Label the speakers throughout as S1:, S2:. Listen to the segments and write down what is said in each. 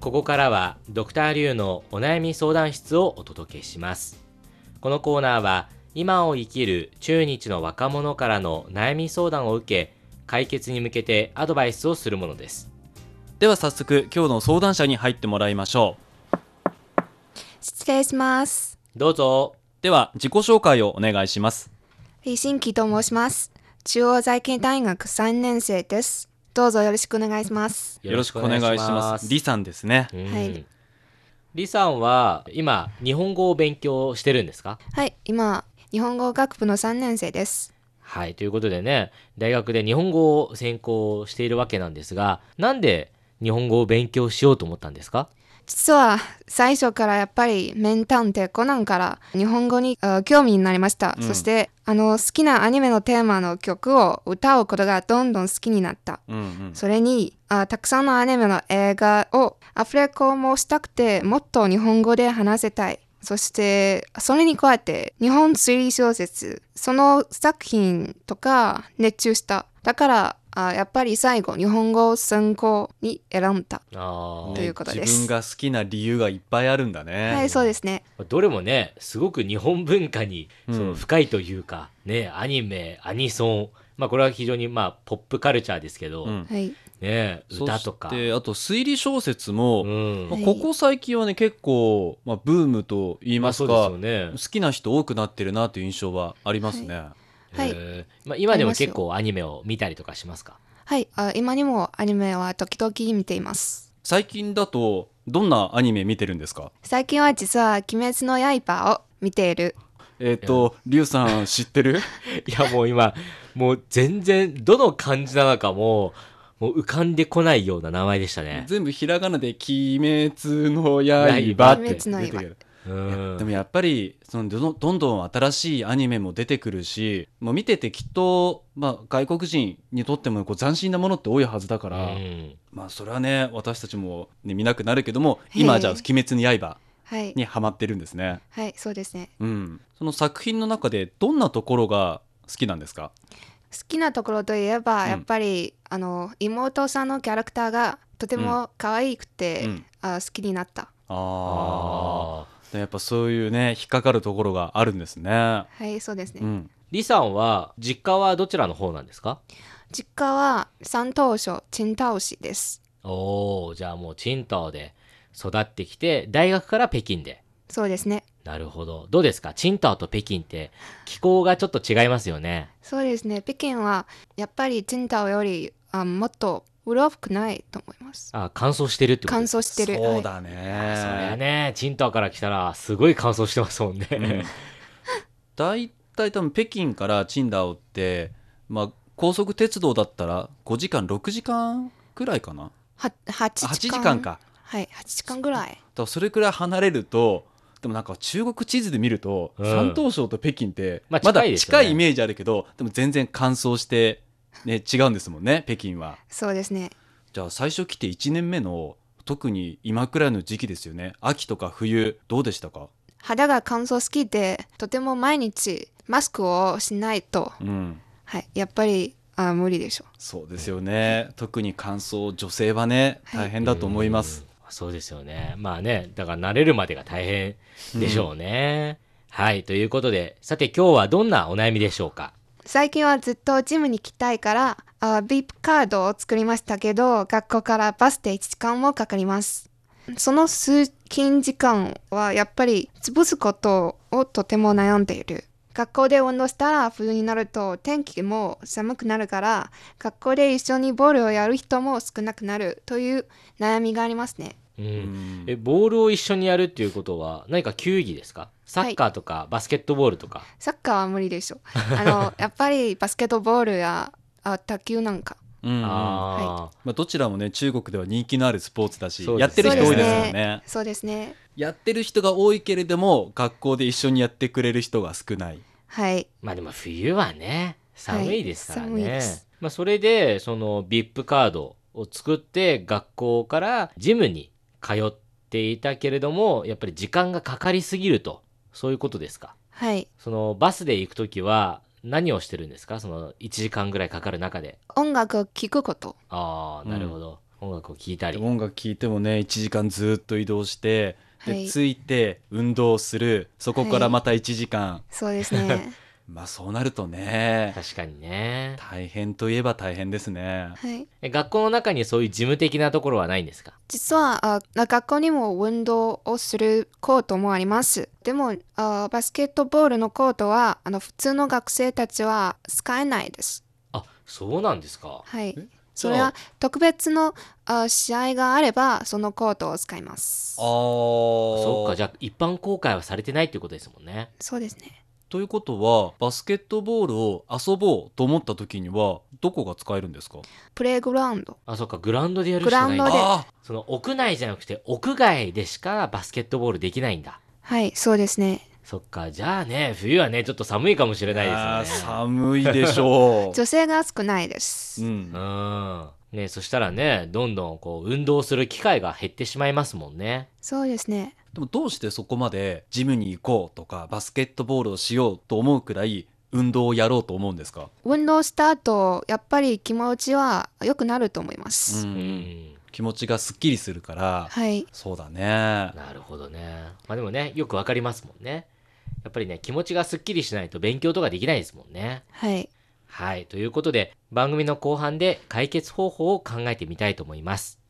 S1: ここからはドクターリュウのお悩み相談室をお届けしますこのコーナーは今を生きる中日の若者からの悩み相談を受け解決に向けてアドバイスをするものです
S2: では早速今日の相談者に入ってもらいましょ
S3: 失礼します。
S1: どうぞ
S2: うでは自己紹介をお願いします
S3: 李新規と申します。中央財系大学3年生です。どうぞよろしくお願いします。
S2: よろしくお願いしますリさんですね
S1: う
S3: は
S1: ん
S3: い
S1: リさんは今日本語を勉強してるんですか
S3: はい、今、日本語学部の3年生です。
S1: はいということでね大学で日本語を専攻しているわけなんですがなんで日本語を勉強しようと思ったんですか
S3: 実は最初からやっぱりメンタンってコナンから日本語にあ興味になりました、
S2: うん
S3: そしてあの好きなアニメのテーマの曲を歌うことがどんどん好きになった
S2: うんうん
S3: それにあたくさんのアニメの映画をアフレコもしたくてもっと日本語で話せたいそしてそれに加えて日本推理小説その作品とか熱中しただからあやっぱり最後日本語を専攻に選んだ、
S1: あ
S3: ということです
S2: 自分が好きな理由がいっぱいあるんだね
S3: はいそうですね
S1: あどれもねすごく日本文化に
S2: うん
S1: その深いというか、ねアニメアニソンまあこれは非常にまあポップカルチャーですけど、
S2: うん
S3: はい
S1: ね歌とか
S2: そしてあと推理小説も、
S1: うん
S2: ま
S3: は
S2: あ
S3: い
S2: ここ最近はね結構、まあ、ブームと言い
S1: ま
S2: ま
S1: あそ
S2: す
S1: う
S2: か、
S1: ですよね
S2: 好、きな人多くなってるなという印象はありますね、
S3: はい
S1: えーまあ、今でも結構アニメを見たりとかしますか
S3: はいあ今にもアニメは時々見ています
S2: 最近だとどんなアニメ見てるんですか
S3: 最近は実は「鬼滅の刃」を見ている
S2: えっ、と、リュウさん知ってる
S1: いやもう今もう全然どの漢字なのかももう浮かんでこないような名前でしたね、
S2: 全部ひらがなで「鬼滅の刃」って出て
S3: 鬼滅
S2: く
S3: の
S2: る
S1: うん
S2: でもやっぱりそのどんどんどん新しいアニメも出てくるしもう見ててきっと、まあ、外国人にとってもこう斬新なものって多いはずだか
S1: う
S2: ら、
S1: ん
S2: まあそれはね私たちも、ね、見なくなるけども
S3: へえ
S2: 今じゃあ「鬼滅の刃
S3: はい」、
S2: にハマってるんですね、
S3: はい、そうですね
S2: うん、その作品の中でどんなところが好きなんですか
S3: 好きなところといえば、
S2: うん
S3: やっぱりあの妹さんのキャラクターがとても可愛くて、
S2: うん
S3: あ好きになった
S1: あー
S2: ああやっぱそういうね引っかかるところがあるんですね、
S3: はいそうですね、
S2: うん、
S1: 李さんは実家はどちらの方なんですか
S3: 実家は山東省青島市です
S1: おおじゃあもう青島で育ってきて大学から北京で
S3: そうですね
S1: なるほどどうですか青島と北京って気候がちょっと違いますよね
S3: そうですね北京はやっぱり青島よりあもっと潤くないと思います
S1: あ乾燥してるってこと
S3: 乾
S1: です
S3: 燥してる
S2: そう
S3: は、
S2: だね、
S1: あそりゃね青島から来たらすごい乾燥してますもんね、
S2: うん 大体多分北京からチンダオって、まあ、高速鉄道だったら5時間6時間くらいかない
S3: は8
S2: 8時
S3: 時間
S2: 間か
S3: はい8時間ぐらい
S2: だからそれくらい離れるとでもなんか中国地図で見ると、
S1: うん
S2: 山東省と北京って
S1: まあ近
S2: まだ
S1: いですよね
S2: 近いイメージあるけどでも全然乾燥して、ね、違うんですもんね北京は
S3: そうですね
S2: じゃあ最初来て1年目の特に今くらいの時期ですよね秋とか冬どうでしたか、
S3: 肌が乾燥すぎてとても毎日マスクをしないと、
S2: うん、
S3: はい、やっぱりあ無理でしょう
S2: そうですよね特に乾燥女性はね
S3: はい
S2: 大変だと思います、
S1: うん そうですよねまあねだから慣れるまでが大変でしょうね、はいということでさて今日はどんなお悩みでしょうか
S3: 最近はずっとジムに来たいからあ VIP カードを作りましたけど学校からバスで1時間もかかりますその通勤時間はやっぱり潰すことをとても悩んでいる学校で運動したら冬になると天気も寒くなるから学校で一緒にボールをやる人も少なくなるという悩みがありますね
S1: うん、
S2: うん
S1: えボールを一緒にやるっていうことは何か球技ですかサッカーとかバスケットボールとか、
S3: サッカーは無理でしょあのやっぱりバスケットボールやあ卓球なんか
S2: うんうん
S1: あ
S2: まあ、どちらもね中国では人気のあるスポーツだし、
S1: そうですね
S2: やってる人多いですよ
S3: そうです
S2: ね
S3: そうですね
S2: やってる人が多いけれども学校で一緒にやってくれる人が少ない、
S3: はい
S1: まあでも冬はね寒いですからね、
S3: はい寒いです
S1: まあ、それでその VIP カードを作って学校からジムに通っていたけれどもやっぱり時間がかかりすぎるとそういうことですか
S3: はい
S1: そのバスで行く時は何をしてるんですかその1時間ぐらいかかる中で
S3: 音楽を聴くこと
S1: ああなるほど、音楽を聴いたり。
S2: 音楽聴いてもね1時間ずっと移動してで、
S3: はい
S2: 着いて運動するそこから
S3: はい
S2: また1時間、
S3: そうで すね
S2: まあそうなるとね
S1: 確かにね。
S2: 大変といえば大変ですね。
S3: はい
S1: え学校の中にそういう事務的なところはないんですか
S3: 実はあ学校にも運動をするコートもありますでもあバスケットボールのコートはあの普通の学生たちは使えないです
S1: あ、そうなんですか。
S3: はい
S2: え
S3: それは特別のあ試合があればそのコートを使います
S2: あ
S1: そ
S2: そ
S1: っか、じゃあ一般公開はされてないっていうことですもんね。
S3: そうですね
S2: ということはバスケットボールを遊ぼうと思った時にはどこが使えるんですか
S3: プレイグラウンド
S1: あ、そっか、グラウンドでやるしかないん
S3: グラウンドで
S1: だ。
S2: あ
S1: その屋内じゃなくて屋外でしかバスケットボールできないんだ。
S3: はいそうですね
S1: そっか、じゃあね、冬はね、ちょっと寒いかもしれ
S2: ー
S1: ないですよね。
S2: あー寒いでし ょ
S3: 女性が少ないです、
S2: う、うん
S1: う、ん。ね、そしたらね、どんどんこう、運動する機会が減ってしまいますもんね。
S3: そうですね
S2: でもどうしてそこまでジムに行こうとかバスケットボールをしようと思うくらい運動をやろうと思うんですか、
S3: 運動した後やっぱり気持ちは良くなると思います、
S1: う
S2: うん、
S1: ん。
S2: 気持ちがすっきりするから
S3: はい
S2: そうだね
S1: なるほどね。まあでもね、よくわかりますもんね。やっぱりね、気持ちがすっきりしないと勉強とかできないですもんね。
S3: はい
S1: はい。ということで、番組の後半で解決方法を考えてみたいと思います。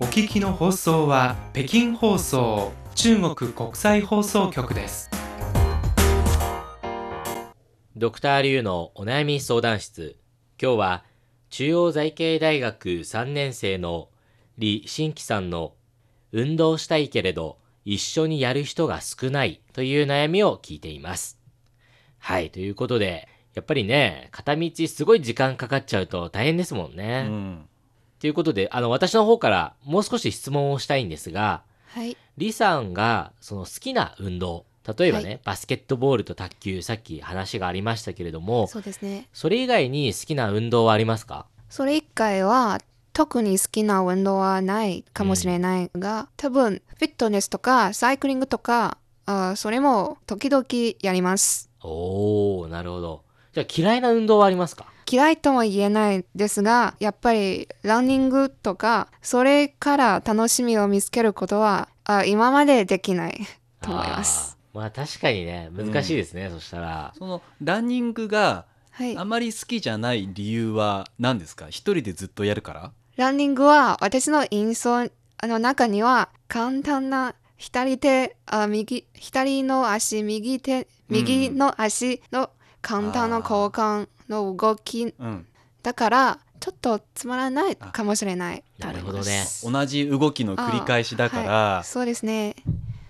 S4: お聞きの放送は北京放送中国国際放送局です。
S1: ドクターリュウのお悩み相談室。今日は、中央財系大学3年生の李新規さんの運動したいけれど一緒にやる人が少ないという悩みを聞いています。はい。ということで、やっぱりね、片道すごい時間かかっちゃうと大変ですもん
S2: う
S1: ね。
S2: ん、
S1: ということで、あの、私の方からもう少し質問をしたいんですが、
S3: はい
S1: リさんがその好きな運動、例えばね、
S3: は
S1: バスケットボールと卓球、さっき話がありましたけれども、
S3: そうですね
S1: それ以外に好きな運動はありますか
S3: それ以外は特に好きな運動はないかもしれないが、多分フィットネスとかサイクリングとかあそれも時々やります
S1: おー、なるほど。じゃあ嫌いな運動はありますか
S3: 嫌いとも言えないですがやっぱりランニングとかそれから楽しみを見つけることはあ今までできないと思います。
S1: あーまあ確かにね、難しいですね、そしたら。
S2: そのランニングが
S3: はい
S2: あまり好きじゃない理由は何ですか一人でずっとやるから
S3: ランニングは私の印象の中には簡単な左手あ右左の足右手右の足の簡単な交換の動き
S2: うん、
S3: だからちょっとつまらないかもしれないと思います
S1: なるほどね
S2: 同じ動きの繰り返しだから、
S3: はいそうですね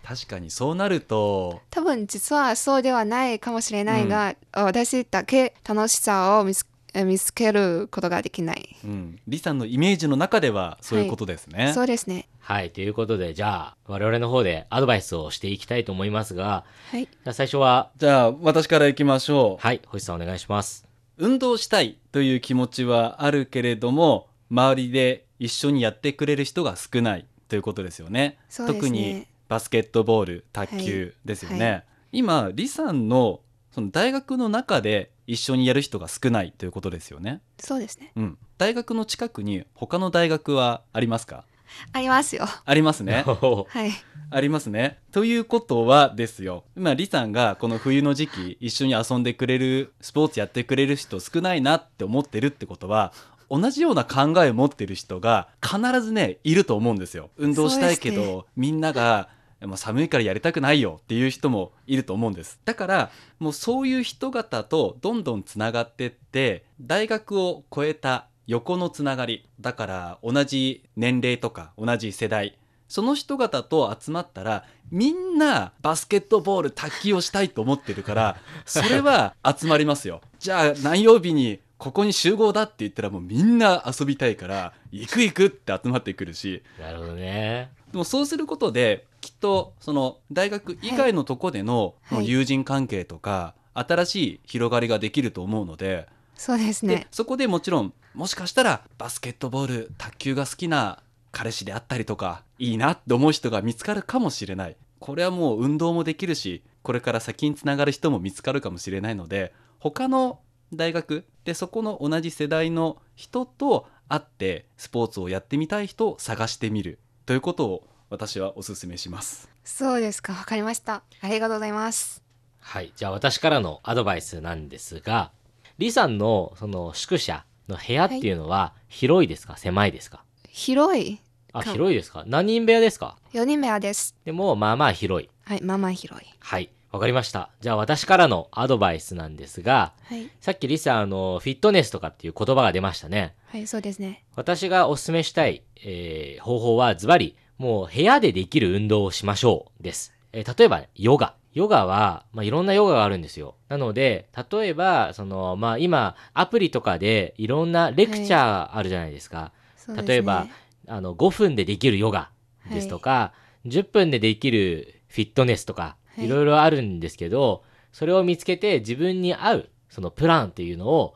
S2: 確かにそうなると
S3: 多分実はそうではないかもしれないが、私だけ楽しさを見つ見つけることができない、
S2: うん、李さんのイメージの中ではそういうことですね。
S3: そうですね
S1: はい、ということで、じゃあ我々の方でアドバイスをしていきたいと思いますが、
S3: はい
S1: じゃあ最初は、
S2: じゃあ私から行きましょう、
S1: はい、星さんお願いします。
S2: 運動したいという気持ちはあるけれども周りで一緒にやってくれる人が少ないということですよね。
S3: そうですね
S2: 特にバスケットボール卓球ですよね。
S3: は
S2: 今李さんのその大学の中で一緒にやる人が少ないということですよね。
S3: そうですね
S2: うん、大学の近くに他の大学はありますか
S3: ありますよ
S2: あ りますね。
S3: はい
S2: ありますね。ということはですよ、まあ、李さんがこの冬の時期一緒に遊んでくれるスポーツやってくれる人少ないなって思ってるってことは同じような考えを持ってる人が必ずねいると思うんですよ。運動したいけ
S3: そう
S2: ど、
S3: です
S2: みんながもう寒いからやりたくないよっていう人もいると思うんです。だからもうそういう人方とどんどんつながってって大学を超えた横のつながりだから同じ年齢とか同じ世代その人方と集まったらみんなバスケットボール卓球をしたいと思ってるから それは集まりますよじゃあ何曜日にここに集合だって言ったらもうみんな遊びたいから行く行くって集まってくるし
S1: なるほどね。
S2: でもそうすることできっとその大学以外のとこでの
S3: はい
S2: 友人関係とか新しい広がりができると思うので
S3: そうです
S2: で
S3: ね
S2: そこでもちろんもしかしたらバスケットボール卓球が好きな彼氏であったりとかいいなって思う人が見つかるかもしれないこれはもう運動もできるしこれから先につながる人も見つかるかもしれないので他の大学でそこの同じ世代の人と会ってスポーツをやってみたい人を探してみるということを私はお勧めします。
S3: そうですか、わかりました。ありがとうございます。
S1: はい。じゃあ私からのアドバイスなんですが、リさんのその宿舎の部屋っていうのは広いですか、狭いですか
S3: 広い
S1: あ、
S3: か
S1: 広いですか何人部屋ですか
S3: 4人目はです。
S1: でも、まあまあ広い。
S3: はい、まあまあ広い。
S1: はい。わかりました。じゃあ私からのアドバイスなんですが、
S3: はい、
S1: さっきリさん、あの、フィットネスとかっていう言葉が出ましたね。
S3: はい、そうですね。
S1: 私がお勧めしたい、えー方法はズバリ、もう部屋でできる運動をしましょうです。えー例えば、ヨガ。ヨガは、まあ、いろんなヨガがあるんですよ。なので、例えば、その、まあ、今、アプリとかでいろんなレクチャーあるじゃないですか。
S3: そうです
S1: 例
S3: ね
S1: えば、あの、5分でできるヨガですとか、10分でできるフィットネスとか、
S3: はい
S1: いろいろあるんですけど、それを見つけて自分に合う、そのプランっていうのを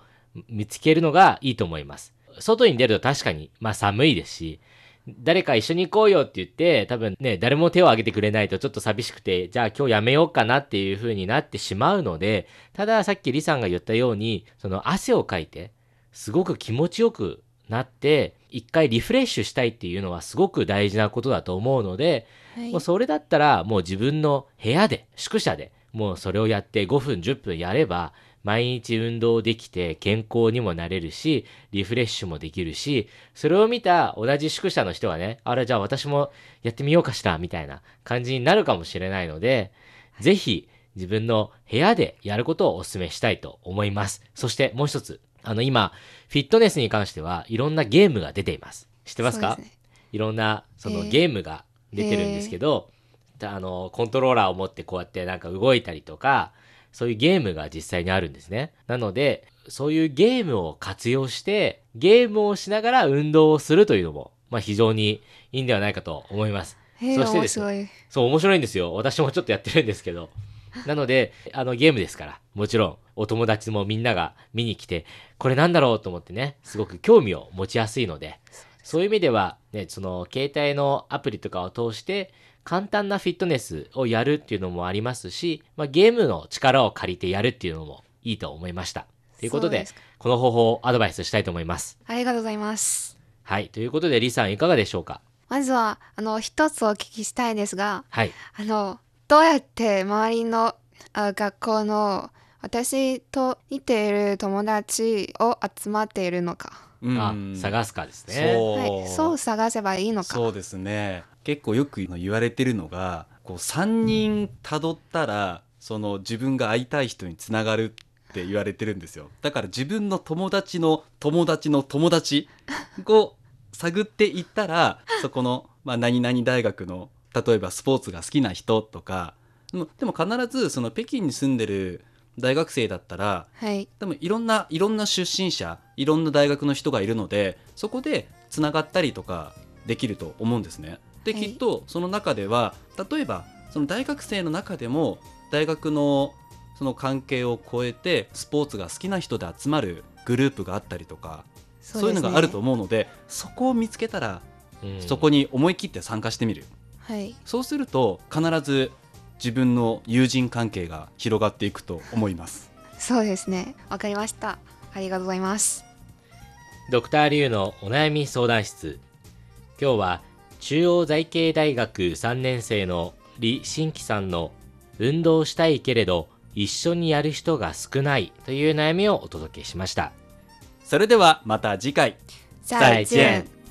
S1: 見つけるのがいいと思います。外に出ると確かに、まあ寒いですし、誰か一緒に行こうよって言って、多分ね、誰も手を挙げてくれないとちょっと寂しくて、じゃあ今日やめようかなっていう風になってしまうので、たださっきリさんが言ったように、その汗をかいて、すごく気持ちよくなって、一回リフレッシュしたいっていうのはすごく大事なことだと思うので、
S3: はい
S1: もうそれだったらもう自分の部屋で宿舎でもうそれをやって5分10分やれば毎日運動できて健康にもなれるしリフレッシュもできるしそれを見た同じ宿舎の人はねあれじゃあ私もやってみようかしらみたいな感じになるかもしれないので、ぜひ自分の部屋でやることをお勧めしたいと思いますそしてもう一つあの今フィットネスに関してはいろんなゲームが出ています知ってますか
S3: そうですね
S1: いろんなその
S3: えー
S1: ゲームが出てるんですけど、あのコントローラーを持ってこうやってなんか動いたりとかそういうゲームが実際にあるんですねなのでそういうゲームを活用してゲームをしながら運動をするというのも、まあ、非常にいいんではないかと思います
S3: へえ
S1: そして
S3: 面
S1: ですね
S3: 白い。
S1: そう面白いんですよ私もちょっとやってるんですけどなのであのゲームですからもちろんお友達もみんなが見に来てこれなんだろうと思ってねすごく興味を持ちやすいのでそういう意味では、ね、その携帯のアプリとかを通して簡単なフィットネスをやるっていうのもありますし、まあ、ゲームの力を借りてやるっていうのもいいと思いました。ということ
S3: そう
S1: で
S3: ですか
S1: この方法をアドバイスしたいと思います。
S3: ありがとうございます。
S1: はい。ということで、リさんいかがでしょうか
S3: まずは、あの、一つお聞きしたいですが、
S1: はい。
S3: あの、どうやって周りのあ学校の私と似ている友達を集まっているのか。
S1: あ
S2: うん、
S1: 探すかですね。
S2: そう、
S3: はい、そう探せばいいのか。
S2: そうですね結構よく言われてるのがこう3人たどったらその自分が会いたい人につながるって言われてるんですよだから自分の友達の友達の友達を探っていったらそこの、まあ、何々大学の例えばスポーツが好きな人とかでもでも必ずその北京に住んでる大学生だったら
S3: はい、
S2: でもいろんないろんな出身者いろんな大学の人がいるのでそこでつながったりとかできると思うんですね。で
S3: はい
S2: きっとその中では例えばその大学生の中でも大学のその関係を超えてスポーツが好きな人で集まるグループがあったりとかそう,、
S3: で
S2: いう
S3: すね
S2: のがあると。思うのでそこを見つけたら
S1: うん
S2: そこに思い切って参加してみる、
S3: はい、
S2: そうすると必ず自分の友人関係が広がっていくと思います。
S3: そうですね。わかりました。ありがとうございます。
S1: ドクターリュウのお悩み相談室。今日は中央財系大学3年生の李新規さんの運動したいけれど一緒にやる人が少ないという悩みをお届けしました。
S2: それではまた次回。再见